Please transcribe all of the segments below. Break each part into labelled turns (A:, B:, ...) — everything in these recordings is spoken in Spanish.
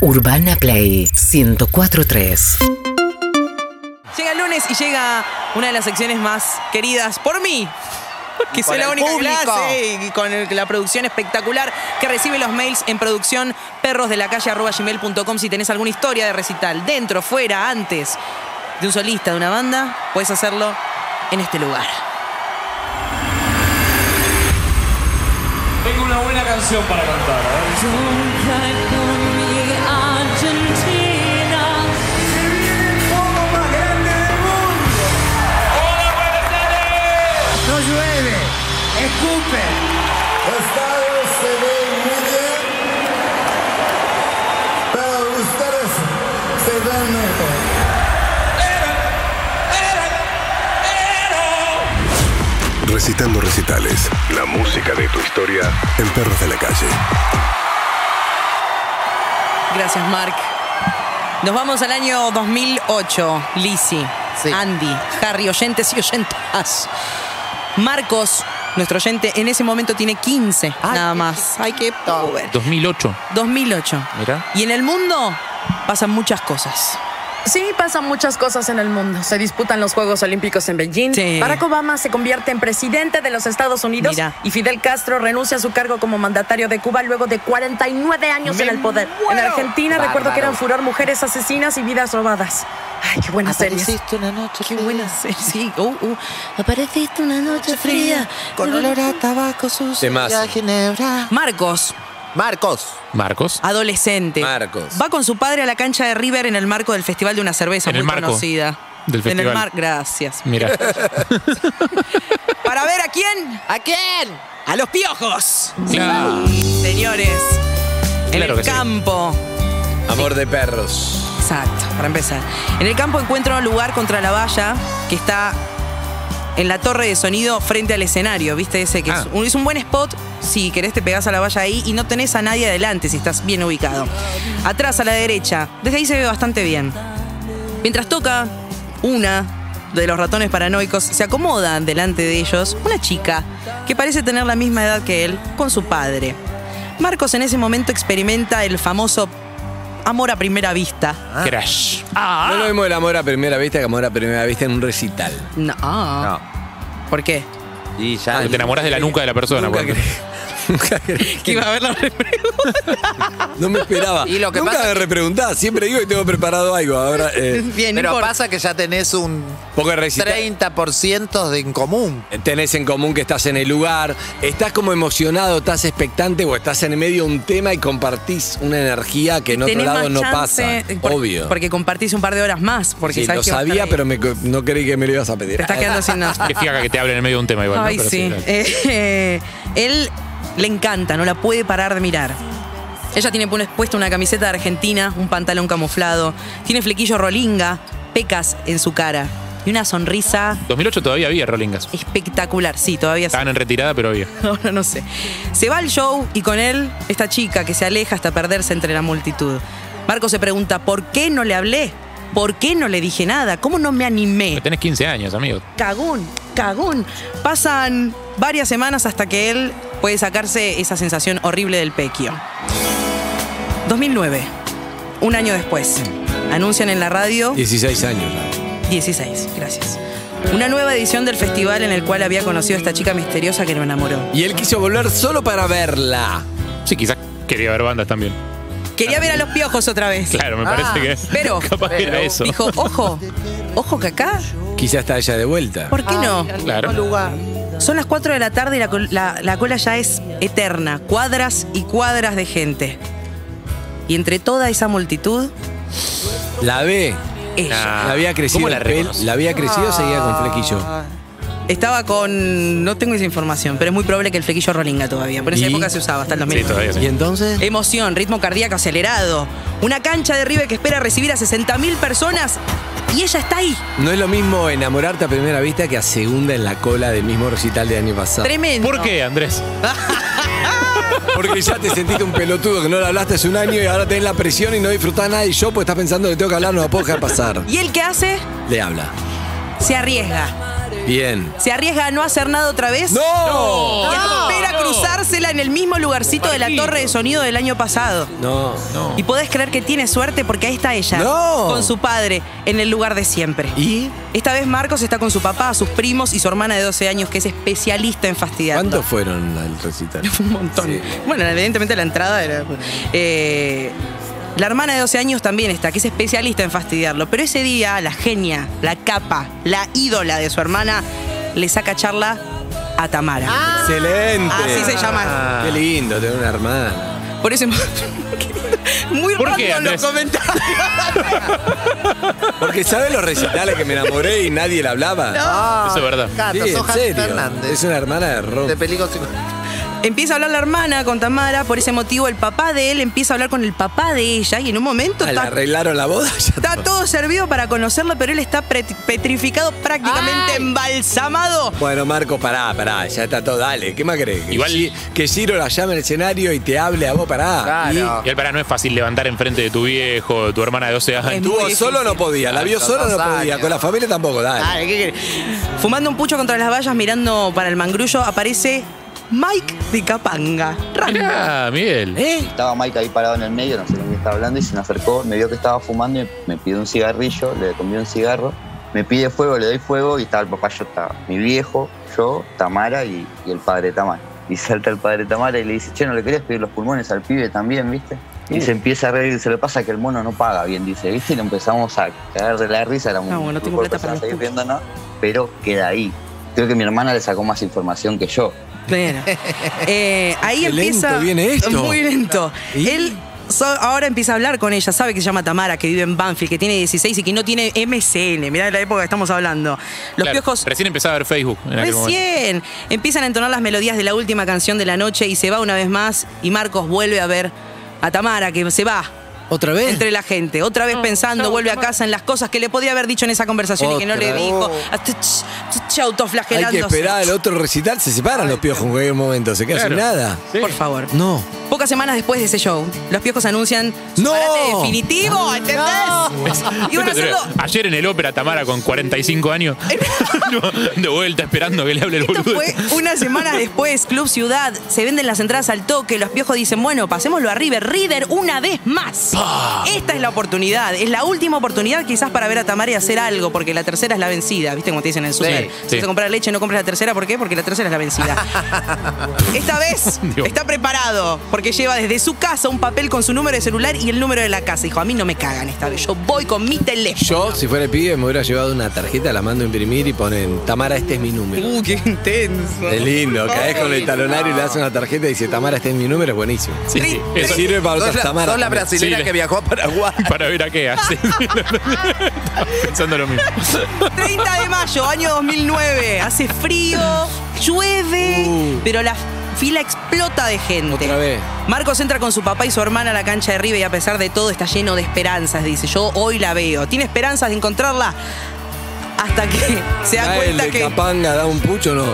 A: Urbana Play 1043.
B: Llega el lunes y llega una de las secciones más queridas por mí. Porque
C: por
B: soy la
C: el
B: única que la
C: público.
B: hace y con el- la producción espectacular que recibe los mails en producción perrosdelacalle.gmail.com si tenés alguna historia de recital dentro, fuera, antes de un solista, de una banda, puedes hacerlo en este lugar.
D: Tengo una buena canción para cantar. ¿eh?
E: No llueve, escupe.
F: Estadio se ve muy bien, pero ustedes se ven mejor.
G: Recitando recitales. La música de tu historia en Perros de la Calle.
B: Gracias, Mark. Nos vamos al año 2008. Lizzie,
C: Sí.
B: Andy, Harry, oyentes y oyentas. Marcos, nuestro oyente, en ese momento tiene 15, nada más. Ay, qué pobre.
D: 2008,
B: 2008.
D: mira.
B: Y en el mundo pasan muchas cosas.
H: Sí, pasan muchas cosas en el mundo. Se disputan los Juegos Olímpicos en Beijing.
B: Sí.
H: Barack Obama se convierte en presidente de los Estados Unidos.
B: Mira.
H: Y Fidel Castro renuncia a su cargo como mandatario de Cuba luego de 49 años en el poder. En Argentina recuerdo que eran furor mujeres asesinas y vidas robadas. Ay, qué buena serie.
C: una noche.
B: Qué buena serie. Sí, uh, uh.
C: Ah, Apareciste una noche
B: fría,
C: Con olor a tabaco sucio.
I: Temazo.
C: y a Ginebra.
B: Marcos,
C: Marcos.
D: Marcos.
B: adolescente.
I: Marcos.
B: Va con su padre a la cancha de River en el marco del Festival de una Cerveza
D: En
B: muy
D: el marco
B: conocida.
D: del
B: En el
D: festival.
B: mar, gracias.
D: Mira.
B: Para ver a quién.
C: ¿A quién?
B: A los piojos.
D: Claro.
B: Señores, en
D: Claro
B: el
D: que sí.
B: campo.
I: Amor de perros.
B: Exacto, para empezar. En el campo encuentra un lugar contra la valla que está en la torre de sonido frente al escenario, ¿viste? Ese que es,
D: Ah.
B: un, es un buen spot. Si querés, te pegás a la valla ahí y no tenés a nadie adelante si estás bien ubicado. Atrás, a la derecha. Desde ahí se ve bastante bien. Mientras toca, una de los ratones paranoicos se acomoda delante de ellos una chica que parece tener la misma edad que él con su padre. Marcos en ese momento experimenta el famoso amor a primera vista.
D: Crash.
I: No lo vemos el amor a primera vista que amor a primera vista en un recital.
B: No. ¿Por qué?
I: Y ya.
D: Porque Ah, te enamoras de la nuca de la persona.
I: Nunca
D: porque-
I: creí- nunca creí
B: Que
I: que-
B: iba a haber la
I: No me esperaba.
C: Y lo que
I: Nunca
C: pasa
I: me repreguntás. Siempre digo que tengo preparado algo. Ahora, eh,
B: Bien,
C: Pero
B: no importa.
C: pasa que ya tenés un
I: porque recital.
C: 30% de en común.
I: Tenés en común que estás en el lugar, estás como emocionado, estás expectante o estás en medio de un tema y compartís una energía que en otro
B: Tenés
I: lado
B: más
I: no
B: chance-
I: pasa.
B: por-
I: obvio.
B: Porque compartís un par de horas más. Porque
I: Sí,
B: sabés
I: lo
B: que va a estar
I: sabía,
B: ahí.
I: pero me co- no creí que me lo ibas a pedir.
B: Te estás quedando sin nada.
D: Qué fiaca que te hablen en el medio de un tema igual. ¿no?
B: Ay,
D: Pero
B: sí.
D: dale.
B: Eh, eh, él le encanta, no la puede parar de mirar. Ella tiene pu- puesta una camiseta de Argentina, un pantalón camuflado, tiene flequillo rolinga, pecas en su cara y una sonrisa
D: 2008 todavía había Rollingas.
B: espectacular. Sí, todavía se
D: Estaban en retirada, pero había.
B: Ahora no sé. Se va al show y con él esta chica que se aleja hasta perderse entre la multitud. Marco se pregunta, ¿por qué no le hablé? ¿Por qué no le dije nada? ¿Cómo no me animé?
D: Pero tenés 15 años, amigo.
B: Cagón, cagón. Pasan varias semanas hasta que él puede sacarse esa sensación horrible del pequio. 2009, un año después, anuncian en la radio
I: 16 años ya.
B: 16, gracias. Una nueva edición del festival en el cual había conocido a esta chica misteriosa que lo enamoró.
I: Y él quiso volver solo para verla.
D: Sí, quizás quería ver bandas también.
B: Quería ver a los piojos otra vez.
D: Claro, me parece que.
B: Ah, pero-
D: capaz que era eso.
B: Dijo, ojo, ojo que acá,
I: Quizás está ella de vuelta.
B: ¿por qué no?
D: Claro.
B: Son las 4 de la tarde y la, col- la- la cola ya es eterna, cuadras y cuadras de gente. Y entre toda esa multitud,
I: La ve.
B: ella
I: La había crecido.
D: ¿Cómo la
I: el pel-
D: reconoce? Ah,
I: la había crecido, seguía con flequillo.
B: estaba con, no tengo esa información, pero es muy probable que el flequillo rolinga todavía. Por esa
I: ¿Y?
B: época se usaba hasta el
D: Sí,
B: 2000.
D: todavía sí.
I: Y entonces.
B: Emoción, ritmo cardíaco acelerado, una cancha de River que espera recibir a 60.000 personas y ella está ahí.
I: No es lo mismo enamorarte a primera vista que a segunda en la cola del mismo recital del año pasado.
B: Tremendo.
D: ¿Por qué, Andrés?
I: Porque ya te sentiste un pelotudo que no le hablaste hace un año y ahora tenés la presión y no disfrutás nada. Y yo, pues estás pensando que tengo que hablar, no la puedo dejar pasar.
B: ¿Y él qué hace?
I: Le habla.
B: se arriesga.
I: Bien.
B: Se arriesga a no hacer nada otra vez.
I: ¡No!
B: Y
D: No,
B: espera
D: no.
B: cruzársela en el mismo lugarcito de la
D: Maldito.
B: torre de sonido del año pasado.
I: No.
D: No.
B: Y podés creer que tiene suerte porque ahí está ella,
I: No.
B: con su padre, en el lugar de siempre.
I: ¿Y
B: Esta vez Marcos está con su papá, sus primos y su hermana de 12 años, que es especialista en fastidiar.
I: cuántos fueron al recital?
B: Un montón.
I: Sí.
B: Bueno, evidentemente la entrada era. eh, la hermana de 12 años también está, que es especialista en fastidiarlo. Pero ese día, la genia, la capa, la ídola de su hermana, le saca charla a Tamara.
I: Ah, Excelente. Ah,
B: Así se llama.
I: Qué lindo tener una hermana.
B: Por eso. Muy
D: ¿Por qué,
B: random los
D: Andrés?
B: comentarios.
I: Porque ¿sabes los recitales que me enamoré y nadie la hablaba?
B: Ah,
D: Eso es verdad.
I: Sí,
C: Cata,
I: en
C: Sojas
I: serio.
C: Fernández.
I: Es una hermana de Ah, rock.
C: De peligro sin-
B: Empieza a hablar la hermana con Tamara, por ese motivo el papá de él empieza a hablar con el papá de ella y en un momento
I: Ah, ¿Le
B: está,
I: arreglaron la boda? Ya
B: está todo servido para conocerlo, pero él está pre- petrificado, prácticamente embalsamado.
I: Bueno, Marco, pará, pará, ya está todo, dale, ¿qué más crees?
D: Igual-
I: que, Gi- que Giro la llame al escenario y te hable a vos, pará.
C: Claro.
D: Y al pará no es fácil levantar enfrente de tu viejo, de tu hermana de 12 años.
I: Y
B: muy
I: estuvo
B: difícil.
I: solo no podía, la vio
C: Claro,
I: solo no
C: dos
I: podía,
C: años.
I: con la familia tampoco, dale.
B: Dale, ¿qué querés? Fumando un pucho contra las vallas, mirando para el mangrullo, aparece Mike de Capanga. Random. ¿Eh?
D: Mirá, Miguel.
J: Estaba Mike ahí parado en el medio, no sé con quién estaba hablando, y se me acercó, me vio que estaba fumando y me pidió un cigarrillo, le comí un cigarro, me pide fuego, le doy fuego y estaba el papá, yo estaba, mi viejo, yo, Tamara y, y el padre Tamara. Y salta el padre Tamara y le dice, che, ¿no le querías pedir los pulmones al pibe también, viste? Y se empieza a reír, y se le pasa que el mono no paga bien, dice, ¿viste? Y lo empezamos a cagar de la risa, era un
B: No, bueno, tengo
J: grupo de
B: plata para
J: personas
B: los
J: ahí riéndonos, pero queda ahí. Creo que mi hermana le sacó más información que yo.
B: Bueno. Eh, ahí
I: Qué
B: empieza.
I: lento viene esto.
B: Muy lento.
I: ¿Y?
B: Él so- ahora empieza a hablar con ella, sabe que se llama Tamara, que vive en Banfield, que tiene 16 y que no tiene MCN. Mirá la época que estamos hablando. Los
D: Claro,
B: piojos.
D: Recién empezaba a ver Facebook. En aquel momento.
B: Recién empiezan a entonar las melodías de la última canción de la noche y se va una vez más y Marcos vuelve a ver a Tamara que se va
I: ¿Otra
B: entre la gente. Otra vez pensando, vuelve a casa en las cosas que le podía haber dicho en esa conversación y que no le
I: Otra.
B: dijo.
I: Hay
B: Autoflagelándose.
I: que esperar al otro recital, se separan los piojos en cualquier momento, se quedan
D: Claro.
I: sin nada.
B: Por favor.
I: No.
B: Pocas semanas después de ese show, los piojos anuncian su
I: ¡No!
B: parate definitivo, ¿entendés? Y van
D: Esto te lo-
B: haciendo
D: Ayer en el ópera Tamara con 45 años no, de vuelta esperando que le hable el
B: Esto
D: boludo.
B: fue una semana después, Club Ciudad, se venden las entradas al toque, los piojos dicen, bueno, pasémoslo a River, River una vez más. Esta es la oportunidad, es la última oportunidad quizás para ver a Tamara y hacer algo, porque la tercera es la vencida, ¿viste? Como te dicen en el súper, si
D: sí.
B: vas a comprar leche no compras la tercera, ¿por qué? Porque la tercera es la vencida. Esta vez
D: Dios.
B: está preparado, porque lleva desde su casa un papel con su número de celular y el número de la casa. Dijo, a mí no me cagan esta vez, yo voy con mi teléfono.
I: Yo, si fuera el pibe, me hubiera llevado una tarjeta, la mando a imprimir y ponen, Tamara, este es mi número.
B: Uh, qué intenso.
I: Es lindo, caes con el talonario y le das una tarjeta y dice, Tamara, este es mi número, es buenísimo.
D: Sí, sí,
I: Que
D: eso-
I: sirve para
C: Sos
I: otras
C: la,
I: Tamara.
C: sos la
I: también.
C: brasilera
D: Sí, le-
C: que viajó a Paraguay.
D: Para ver a qué hace. Estaba pensando lo mismo.
B: 30 de mayo, año 2009. Hace frío, llueve,
I: Uh.
B: pero la fila explota de gente.
I: Otra vez.
B: Marcos entra con su papá y su hermana a la cancha de River y a pesar de todo está lleno de esperanzas, dice. Yo hoy la veo. Tiene esperanzas de encontrarla hasta que se da
I: Ah, el
B: cuenta
I: de
B: que
I: Capanga da un pucho o no?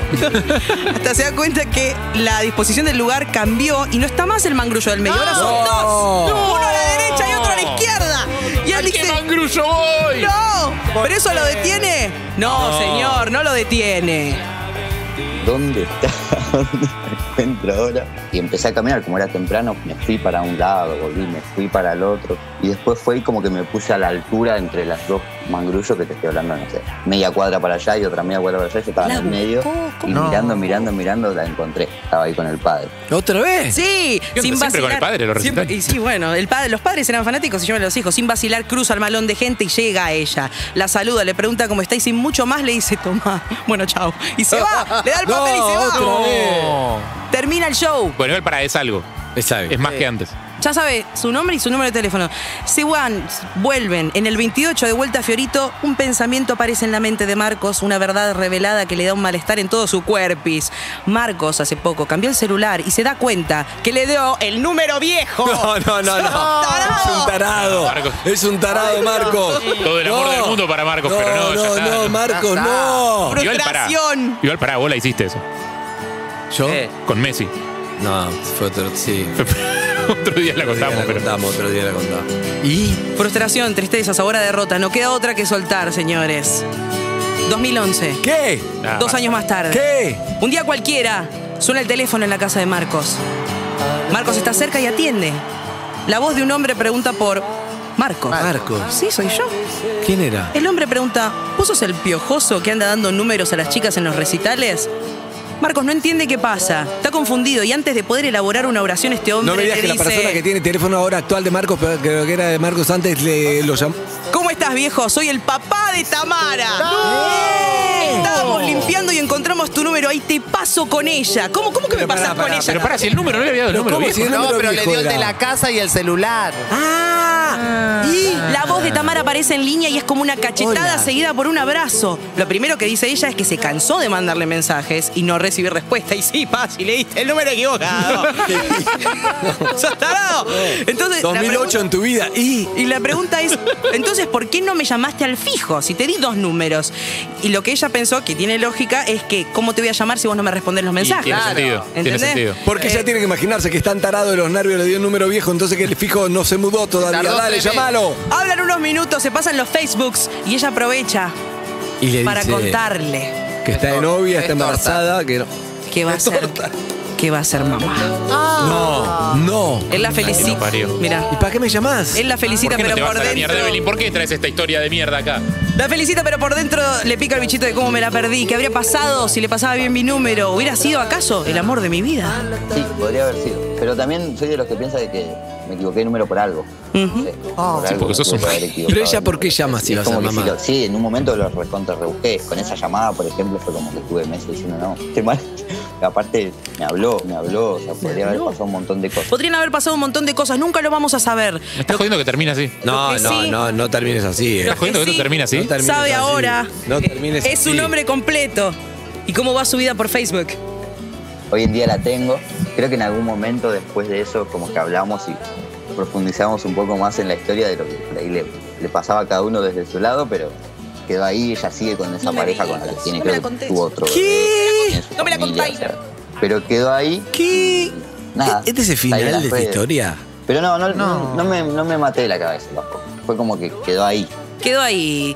B: hasta se da cuenta que la disposición del lugar cambió y no está más el mangrullo del medio. Ahora son
I: No.
B: dos.
I: No.
B: Uno a la derecha y otro a la izquierda. Y él
D: ¡Qué
B: dice,
D: mangrullo voy!
B: ¡No! ¿Pero eso lo detiene? No, señor, no lo detiene.
J: ¿dónde está? ¿Dónde me encuentro ahora? Y empecé a caminar, como era temprano, me fui para un lado, volví, me fui para el otro. Y después fue ahí como que me puse a la altura entre las dos mangrullos que te estoy hablando, no sé, media cuadra para allá y otra media cuadra para allá, yo estaba en el medio. Y mirando, mirando, mirando, la encontré. Estaba ahí con el padre.
I: ¿Otra vez?
B: Sí,
D: ¿Qué onda?
B: sin vacilar.
D: Siempre con el padre, los
B: Siempre-
D: recitales.
B: Y sí, bueno, el padre, los padres eran fanáticos y llevan a los hijos. Sin vacilar, cruza el malón de gente y llega a ella. La saluda, le pregunta cómo está y sin mucho más le dice, toma, bueno, chao. Y se va, le da el
I: No,
B: papel y se va.
I: otra vez.
B: Termina el show.
D: Bueno, igual para es algo.
I: Es algo.
D: Es más que antes.
B: Ya sabe su nombre y su número de teléfono. Se van, vuelven. En el 28 de vuelta a Fiorito, un pensamiento aparece en la mente de Marcos, una verdad revelada que le da un malestar en todo su cuerpis. Marcos hace poco cambió el celular y se da cuenta que le dio el número viejo.
I: No, no, no, no.
B: Tarado.
I: Es un tarado.
D: Marcos.
I: Es un tarado, Marcos.
D: Todo el amor del mundo para Marcos, pero no, ya
I: No,
D: está.
I: no, Marcos,
C: Ya
I: no.
B: está.
D: Igual para.
B: Frustración.
D: Igual para, vos la hiciste eso.
I: ¿Yo?
D: Con Messi.
I: No, fue otro. Sí.
D: Otro día la contamos,
I: Otro día la
D: pero.
I: contamos, otro día la contamos. ¿Y?
B: Frustración, tristeza, sabor a derrota. No queda otra que soltar, señores. 2011.
I: ¿Qué?
B: Dos años más tarde.
I: Ah, ¿Qué?
B: Un día cualquiera suena el teléfono en la casa de Marcos. Marcos está cerca y atiende. La voz de un hombre pregunta por Marcos.
I: Marcos.
B: Sí, soy yo.
I: ¿Quién era?
B: El hombre pregunta, ¿vos sos el piojoso que anda dando números a las chicas en los recitales? Marcos no entiende qué pasa, está confundido y antes de poder elaborar una oración este hombre
I: No me digas
B: le
I: que la
B: dice,
I: persona que tiene teléfono ahora actual de Marcos, pero que que era de Marcos antes, le lo llamó.
B: ¿Cómo estás viejo? Soy el papá de Tamara. Estábamos limpiando y encontramos tu número, ahí te paso con ella. ¿Cómo, cómo que me pasas con ella?
D: Pero para, si el número no le había dado el
I: Pero
D: número.
I: ¿cómo
D: viejo.
I: si el
C: No,
I: número
C: pero le
I: viejo
C: dio el de
I: era?
C: la casa y el celular.
B: Ah, y la voz de Tamara aparece en línea y es como una cachetada
I: Hola.
B: seguida por un abrazo. Lo primero que dice ella es que se cansó de mandarle mensajes y no recibir respuesta. Y sí, si le diste el número equivocado. ¡Sos tarado! Entonces, la
I: 2008
B: pregunta-
I: en tu vida y...
B: y la pregunta es, entonces, ¿por qué no me llamaste al fijo si te di dos números? Y lo que ella pensó, que tiene lógica, es que ¿cómo te voy a llamar si vos no me respondes los
D: Y
B: mensajes?
D: tiene sentido, tiene
B: ¿Entendés?
D: sentido.
I: Porque
C: Eh.
I: ella tiene que imaginarse que están tarados de los nervios, le dio un número viejo, entonces que el fijo no se mudó todavía.
C: Tardó
I: Dale,
C: tres meses.
I: llámalo.
B: Hablan unos minutos, se pasan los Facebooks y ella aprovecha
I: Y le
B: para
I: dice
B: contarle
I: que está de
C: Es
I: novia,
C: torta.
I: está embarazada, que no.
B: que va a ser que va a ser mamá.
C: Ah.
I: No, no.
B: Él la
D: Que no
B: felicita.
D: parió.
I: ¿Y
B: Mira,
I: para qué me llamás?
B: él la felicita,
D: ¿Por qué no te
B: pero
D: vas
B: por
D: a la
B: dentro.
D: mierda, Evelyn? ¿Por qué traes esta historia de mierda acá?
B: La felicita, pero por dentro le pica el bichito de cómo me la perdí. ¿Qué habría pasado si le pasaba bien mi número? ¿Hubiera sido acaso el amor de mi vida?
J: Sí, podría haber sido. Pero también soy de los que piensa de que me equivoqué de número por algo. No sé, por algo
D: Ah, porque
J: me
D: sos
J: tuve
D: un-
J: que haber equivocado
I: Pero ella,
J: de
I: ¿por qué
J: número.
I: llama si
J: Es
I: vas
J: como
I: a
J: que
I: mamá?
J: sí, lo- Sí, en un momento lo recontra rebusqué. Con esa llamada, por ejemplo, fue como que estuve meses diciendo, no, qué mal. Aparte, me habló, me habló. O sea, podría haber pasado un montón de cosas.
B: Podrían haber pasado un montón de cosas, nunca lo vamos a saber.
D: Me estás jodiendo que termina así.
I: No,
B: Lo que
I: no,
B: sí-
I: no, no termines así. eh.
D: ¿Estás jodiendo que
B: sí.
D: esto termina
I: No
D: así?
I: termines
B: Sabe
I: así.
B: ahora.
I: No
B: eh,
I: termines
B: Es
I: así.
B: un hombre completo. ¿Y cómo va su vida por Facebook?
J: Hoy en día la tengo. Creo que en algún momento después de eso, como que hablamos y profundizamos un poco más en la historia de lo que por ahí le, le pasaba a cada uno desde su lado, pero quedó ahí, ella sigue con esa
B: No me
J: pareja
B: digas,
J: con la que
B: no
J: tiene,
B: me la
J: creo que
B: contés.
J: tuvo otro.
B: ¿Qué?
J: bebé, tiene su
B: No me la
J: familia,
B: contáis.
J: o sea, pero quedó ahí.
I: ¿Qué?
J: Nada.
I: ¿Este es el
J: Ahí en
I: final
J: las
I: de esta
J: redes.
I: historia?
J: Pero no, no, no. no me, no me maté la cabeza tampoco. Fue como que quedó ahí.
B: Quedó ahí.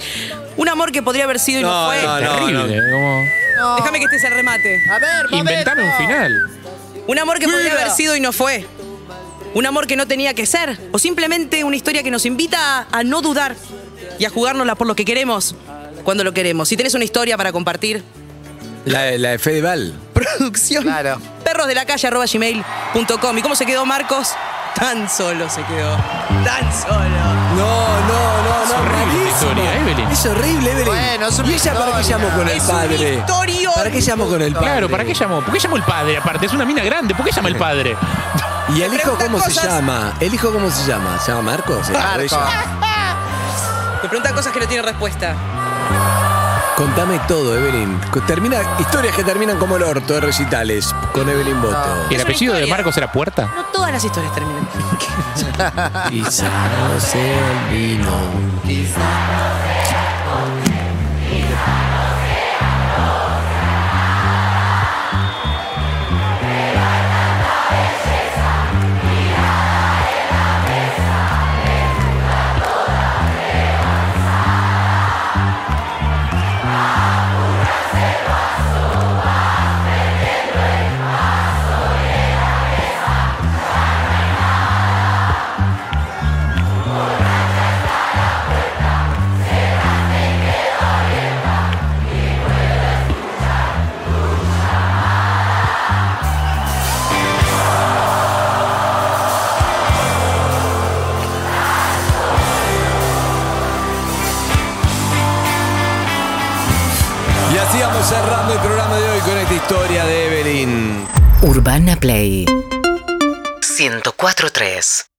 B: Un amor que podría haber sido y no,
I: No,
B: fue.
I: no, no.
D: Terrible. como-
B: Déjame que este sea el remate.
C: A ver, momento.
D: Inventame un final.
B: Un amor que podría haber sido y no fue. Un amor que no tenía que ser. O simplemente una historia que nos invita a, a no dudar y a jugárnosla por lo que queremos, cuando lo queremos. Si tenés una historia para compartir,
I: La, la de Fedeval.
B: producción.
C: Claro.
B: Perros de la calle ¿Y cómo se quedó Marcos? Tan solo se quedó. Tan solo.
I: No, no, no, no.
D: Es horrible
I: malísimo.
D: esta historia, Evelyn.
I: Es horrible, Evelyn.
C: Bueno, es una
I: ¿Y ella para qué
C: historia.
I: llamó con el
B: Es un
I: padre?
B: historión.
I: ¿Para qué llamó con el padre?
D: Claro, ¿para qué llamó? ¿Por qué llamó el padre aparte? Es una mina grande. ¿Por qué llama el padre?
I: ¿Y el hijo cómo
B: preguntan
I: se
B: cosas.
I: llama? ¿El hijo cómo se llama? ¿Se llama Marcos?
C: Marco.
B: Me preguntan cosas que no tienen respuesta.
I: Contame todo, Evelyn. Termina, historias que terminan como el orto de recitales con Evelyn Boto.
D: ¿El
B: una
D: apellido de
B: historia.
D: Marcos era Puerta?
B: No todas las historias terminan.
I: Quizá no sea el vino. Y así vamos cerrando el programa de hoy con esta historia de Evelyn.
A: Urbana Play 104.3